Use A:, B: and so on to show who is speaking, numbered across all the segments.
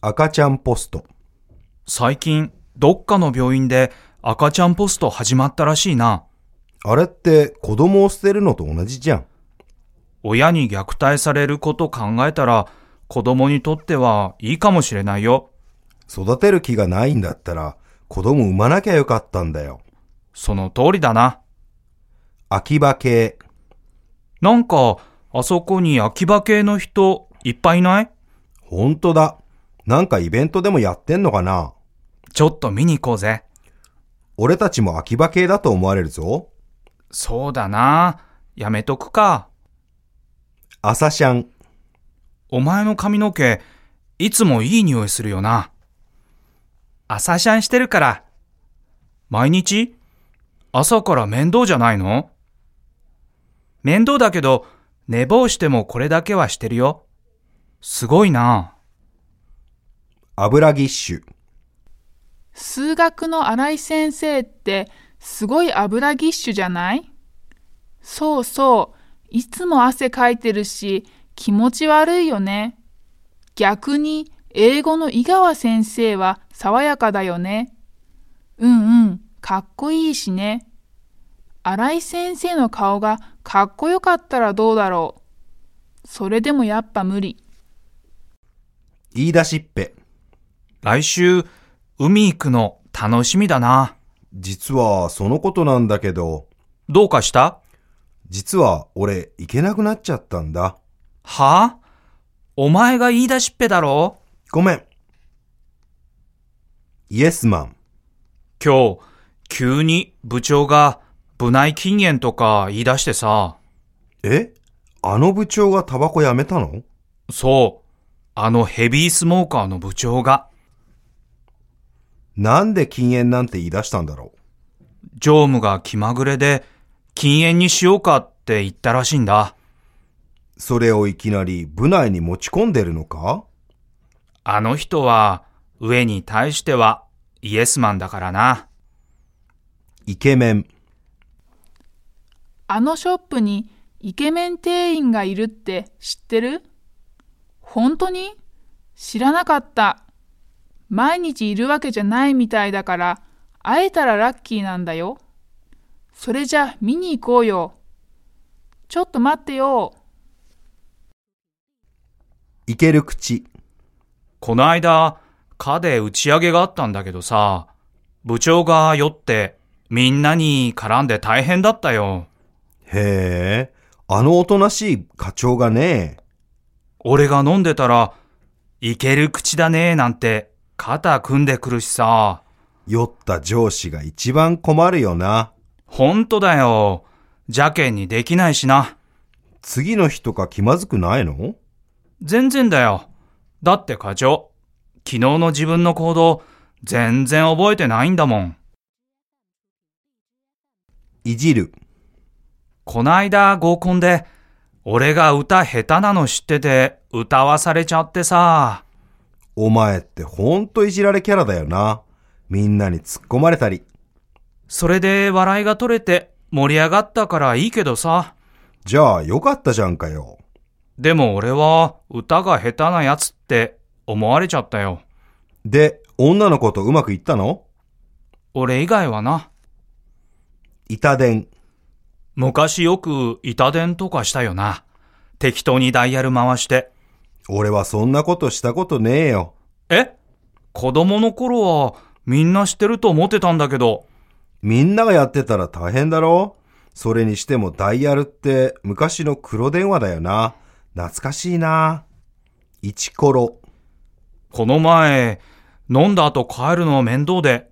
A: 赤ちゃんポスト。
B: 最近、どっかの病院で赤ちゃんポスト始まったらしいな。
A: あれって子供を捨てるのと同じじゃん。
B: 親に虐待されること考えたら、子供にとってはいいかもしれないよ。
A: 育てる気がないんだったら、子供産まなきゃよかったんだよ。
B: その通りだな。
A: 秋葉系。
B: なんか、あそこに秋葉系の人いっぱいいない
A: ほんとだ。なんかイベントでもやってんのかな
B: ちょっと見に行こうぜ。
A: 俺たちも秋葉系だと思われるぞ。
B: そうだな。やめとくか。
A: 朝シャン。
B: お前の髪の毛、いつもいい匂いするよな。朝シャンしてるから。毎日朝から面倒じゃないの面倒だけど、寝坊してもこれだけはしてるよ。すごいな。
A: 油ぎっしゅ。
C: 数学の新井先生ってすごい油ぎっしゅじゃないそうそう、いつも汗かいてるし気持ち悪いよね。逆に英語の井川先生は爽やかだよね。うんうん、かっこいいしね。新井先生の顔がかっこよかったらどうだろう。それでもやっぱ無理。
A: 言い出しっぺ。
B: 来週、海行くの楽しみだな。
A: 実はそのことなんだけど、
B: どうかした
A: 実は俺行けなくなっちゃったんだ。
B: はあお前が言い出しっぺだろ
A: ごめん。イエスマン。
B: 今日、急に部長が部内禁煙とか言い出してさ。
A: えあの部長がタバコやめたの
B: そう。あのヘビースモーカーの部長が、
A: なんで禁煙なんて言い出したんだろう
B: 常務が気まぐれで禁煙にしようかって言ったらしいんだ。
A: それをいきなり部内に持ち込んでるのか
B: あの人は、上に対してはイエスマンだからな。
A: イケメン。
C: あのショップにイケメン店員がいるって知ってる本当に知らなかった。毎日いるわけじゃないみたいだから、会えたらラッキーなんだよ。それじゃ見に行こうよ。ちょっと待ってよ。
A: イケる口。
B: この間、課で打ち上げがあったんだけどさ、部長が酔ってみんなに絡んで大変だったよ。
A: へえ、あのおとなしい課長がね、
B: 俺が飲んでたら、いける口だねーなんて肩組んでくるしさ。
A: 酔った上司が一番困るよな。
B: ほんとだよ。邪険にできないしな。
A: 次の日とか気まずくないの
B: 全然だよ。だって課長、昨日の自分の行動、全然覚えてないんだもん。
A: いじる。
B: こないだ合コンで、俺が歌下手なの知ってて、歌わされちゃってさ。
A: お前ってほんといじられキャラだよな。みんなに突っ込まれたり、
B: それで笑いが取れて盛り上がったからいいけどさ。
A: じゃあよかったじゃんかよ。
B: でも俺は歌が下手なやつって思われちゃったよ。
A: で、女の子とうまくいったの
B: 俺以外はな。
A: 板伝。
B: 昔よく板伝とかしたよな。適当にダイヤル回して。
A: 俺はそんなことしたことねえよ。
B: え子供の頃はみんな知ってると思ってたんだけど。
A: みんながやってたら大変だろそれにしてもダイヤルって昔の黒電話だよな。懐かしいな。イチコロ。
B: この前、飲んだ後帰るの面倒で、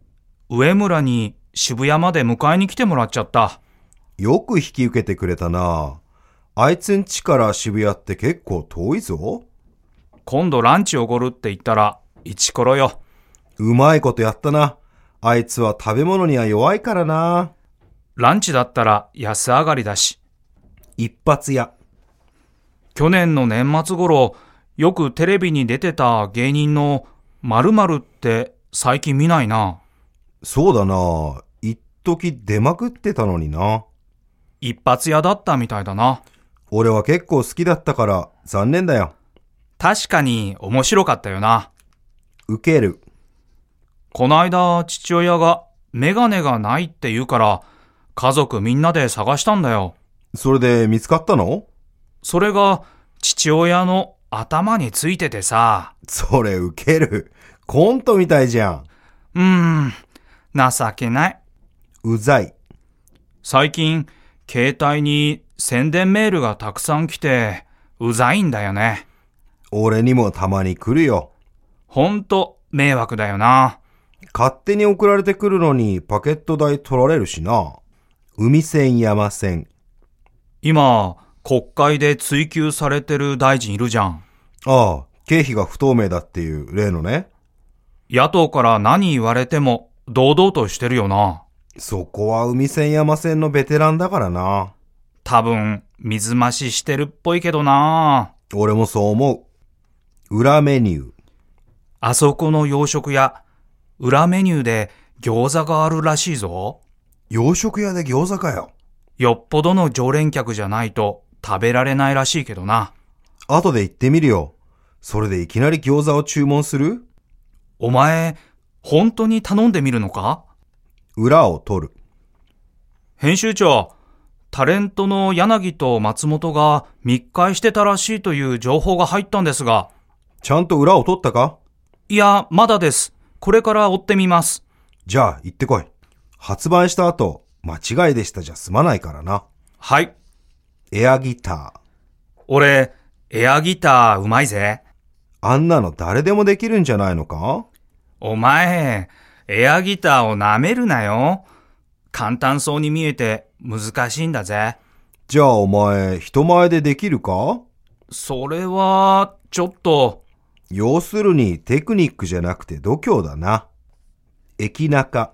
B: 上村に渋谷まで迎えに来てもらっちゃった。
A: よく引き受けてくれたな。あいつんちから渋谷って結構遠いぞ。
B: 今度ランチおごるって言ったら、イチコロよ。
A: うまいことやったな。あいつは食べ物には弱いからな。
B: ランチだったら安上がりだし。
A: 一発屋。
B: 去年の年末頃、よくテレビに出てた芸人の〇〇って最近見ないな。
A: そうだな。一時出まくってたのにな。
B: 一発屋だったみたいだな。
A: 俺は結構好きだったから残念だよ。
B: 確かに面白かったよな。
A: 受ける。
B: こないだ父親がメガネがないって言うから、家族みんなで探したんだよ。
A: それで見つかったの
B: それが父親の頭についててさ。
A: それ受ける。コントみたいじゃん。
B: うーん、情けない。
A: うざい。
B: 最近、携帯に宣伝メールがたくさん来て、うざいんだよね。
A: 俺にもたまに来るよ。
B: ほんと迷惑だよな。
A: 勝手に送られてくるのにパケット代取られるしな。海線山線。
B: 今、国会で追及されてる大臣いるじゃん。
A: ああ、経費が不透明だっていう例のね。
B: 野党から何言われても堂々としてるよな。
A: そこは海線山線のベテランだからな。
B: 多分、水増ししてるっぽいけどな。
A: 俺もそう思う。裏メニュー。
B: あそこの洋食屋、裏メニューで餃子があるらしいぞ。
A: 洋食屋で餃子かよ。
B: よっぽどの常連客じゃないと食べられないらしいけどな。
A: 後で行ってみるよ。それでいきなり餃子を注文する
B: お前、本当に頼んでみるのか
A: 裏を取る。
B: 編集長、タレントの柳と松本が密会してたらしいという情報が入ったんですが、
A: ちゃんと裏を取ったか
B: いや、まだです。これから追ってみます。
A: じゃあ行ってこい。発売した後、間違いでしたじゃ済まないからな。
B: はい。
A: エアギター。
B: 俺、エアギターうまいぜ。
A: あんなの誰でもできるんじゃないのか
B: お前、エアギターを舐めるなよ。簡単そうに見えて難しいんだぜ。
A: じゃあお前、人前でできるか
B: それは、ちょっと、
A: 要するにテクニックじゃなくて度胸だな。駅中。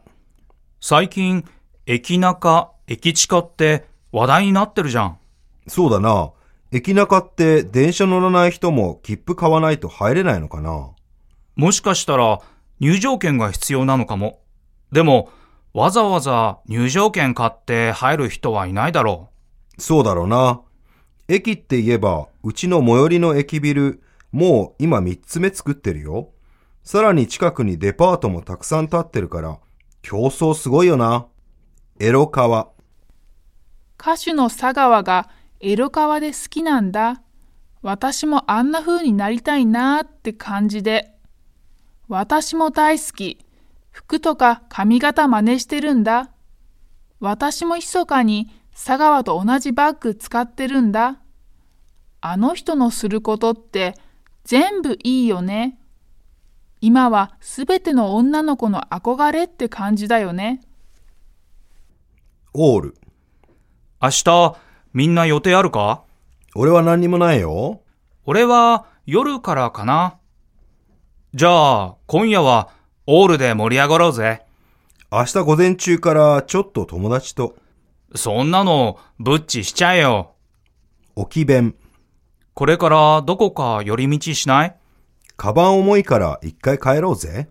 B: 最近、駅中、駅地下って話題になってるじゃん。
A: そうだな。駅中って電車乗らない人も切符買わないと入れないのかな
B: もしかしたら入場券が必要なのかも。でも、わざわざ入場券買って入る人はいないだろ
A: そうだろうな。駅って言えば、うちの最寄りの駅ビル、もう今3つ目作ってるよ。さらに近くにデパートもたくさん建ってるから、競争すごいよな。エロ川。
C: 歌手の佐川がエロ川で好きなんだ。私もあんな風になりたいなーって感じで。私も大好き。服とか髪型真似してるんだ。私も密かに佐川と同じバッグ使ってるんだ。あの人のすることって全部いいよね。今はすべての女の子の憧れって感じだよね。
A: オール。
B: う。明日、みんな予定あるか
A: 俺は何にもないよ。
B: 俺は夜からかな。じゃあ、今夜はオールで盛り上がろうぜ。
A: 明日午前中からちょっと友達と、
B: そんなの、ぶっちしちゃえよ。
A: 置き弁。
B: これからどこか寄り道しない
A: カバン重いから一回帰ろうぜ。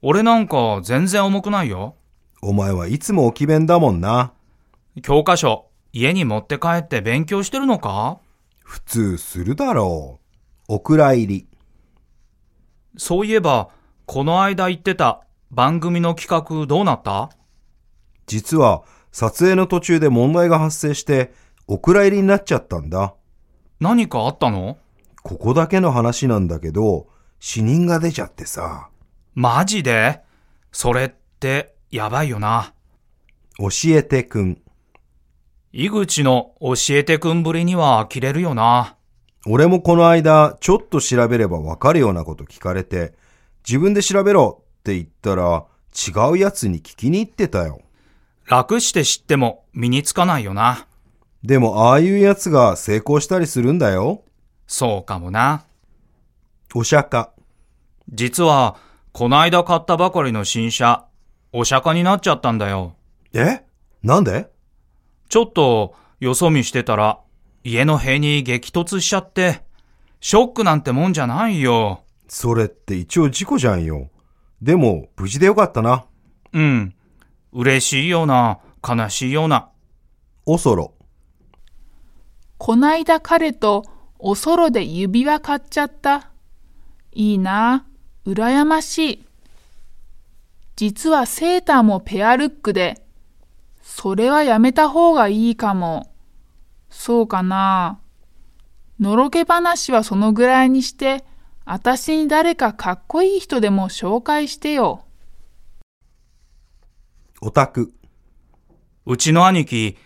B: 俺なんか全然重くないよ。
A: お前はいつも置き弁だもんな。
B: 教科書、家に持って帰って勉強してるのか
A: 普通するだろう。お蔵入り。
B: そういえば、この間言ってた番組の企画どうなった
A: 実は撮影の途中で問題が発生してお蔵入りになっちゃったんだ
B: 何かあったの
A: ここだけの話なんだけど死人が出ちゃってさ
B: マジでそれってやばいよな。
A: 教えてくん
B: 井口の教えてくんぶりには呆れるよな。
A: 俺もこの間ちょっと調べればわかるようなこと聞かれて自分で調べろって言ったら違うやつに聞きに行ってたよ
B: 楽して知っても身につかないよな。
A: でもああいうやつが成功したりするんだよ
B: そうかもな。
A: お釈迦
B: 実は、こないだ買ったばかりの新車、お釈迦になっちゃったんだよ。
A: えなんで
B: ちょっと、よそ見してたら、家の塀に激突しちゃって、ショックなんてもんじゃないよ。
A: それって一応事故じゃんよでも無事でよかったな
B: うん。嬉しいような、悲しいような。
A: おそろ
C: こないだ彼とおそろで指輪買っちゃった。いいなあ。羨ましい。実はセーターもペアルックで、それはやめた方がいいかも。そうかな。のろけ話はそのぐらいにして、私に誰かかっこいい人でも紹介してよ。
A: オタク。
B: うちの兄貴、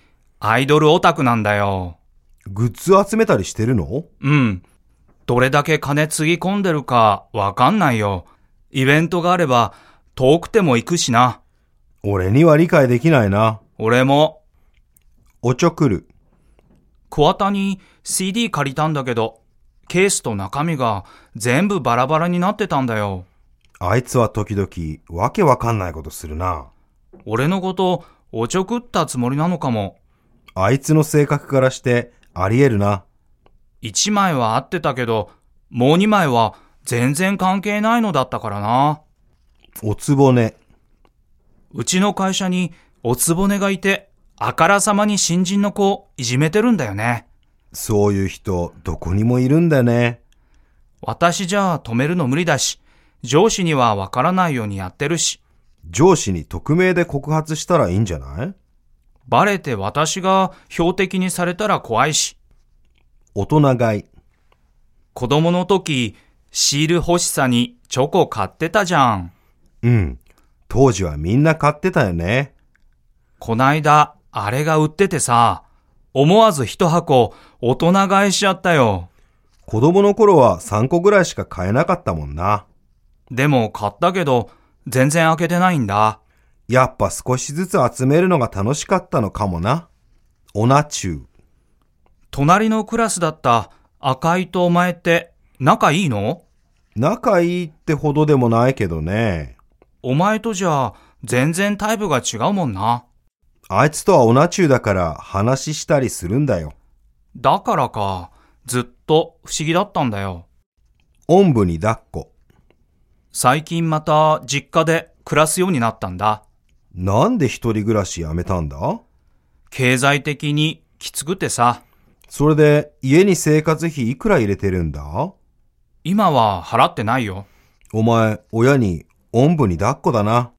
B: アイドルオタクなんだよ。
A: グッズ集めたりしてるの
B: うん。どれだけ金つぎ込んでるかわかんないよ。イベントがあれば遠くても行くしな。
A: 俺には理解できないな。
B: 俺も
A: おちょくる。
B: 桑田に CD 借りたんだけど、ケースと中身が全部バラバラになってたんだよ。
A: あいつは時々わけわかんないことするな。
B: 俺のこと、おちょくったつもりなのかも。
A: あいつの性格からしてありえるな。
B: 一枚は合ってたけど、もう二枚は全然関係ないのだったからな。
A: おつぼね。
B: うちの会社におつぼねがいて、あからさまに新人の子をいじめてるんだよね。
A: そういう人、どこにもいるんだね。
B: 私じゃ止めるの無理だし、上司にはわからないようにやってるし、
A: 上司に匿名で告発したらいいんじゃない
B: バレて私が標的にされたら怖いし、
A: 大人買い。
B: 子供の時、シール欲しさにチョコ買ってたじゃん。
A: うん。当時はみんな買ってたよね。
B: こないだ、あれが売っててさ、思わず一箱、大人買いしちゃったよ。
A: 子供の頃は3個ぐらいしか買えなかったもんな。
B: でも買ったけど、全然開けてないんだ。
A: やっぱ少しずつ集めるのが楽しかったのかもな。オナチュー。
B: 隣のクラスだった赤井とお前って、仲いいの
A: 仲いいってほどでもないけどね。
B: お前とじゃ、全然タイプが違うもんな。
A: あいつとはオナチューだから話したりするんだよ。
B: だからか、ずっと不思議だったんだよ。
A: おんぶに抱っこ。
B: 最近また実家で暮らすようになったんだ。
A: なんで一人暮らしやめたんだ
B: 経済的にきつくてさ、
A: それで家に生活費いくら入れてるんだ
B: 今は払ってないよ。
A: お前、親におんぶに抱っこだな。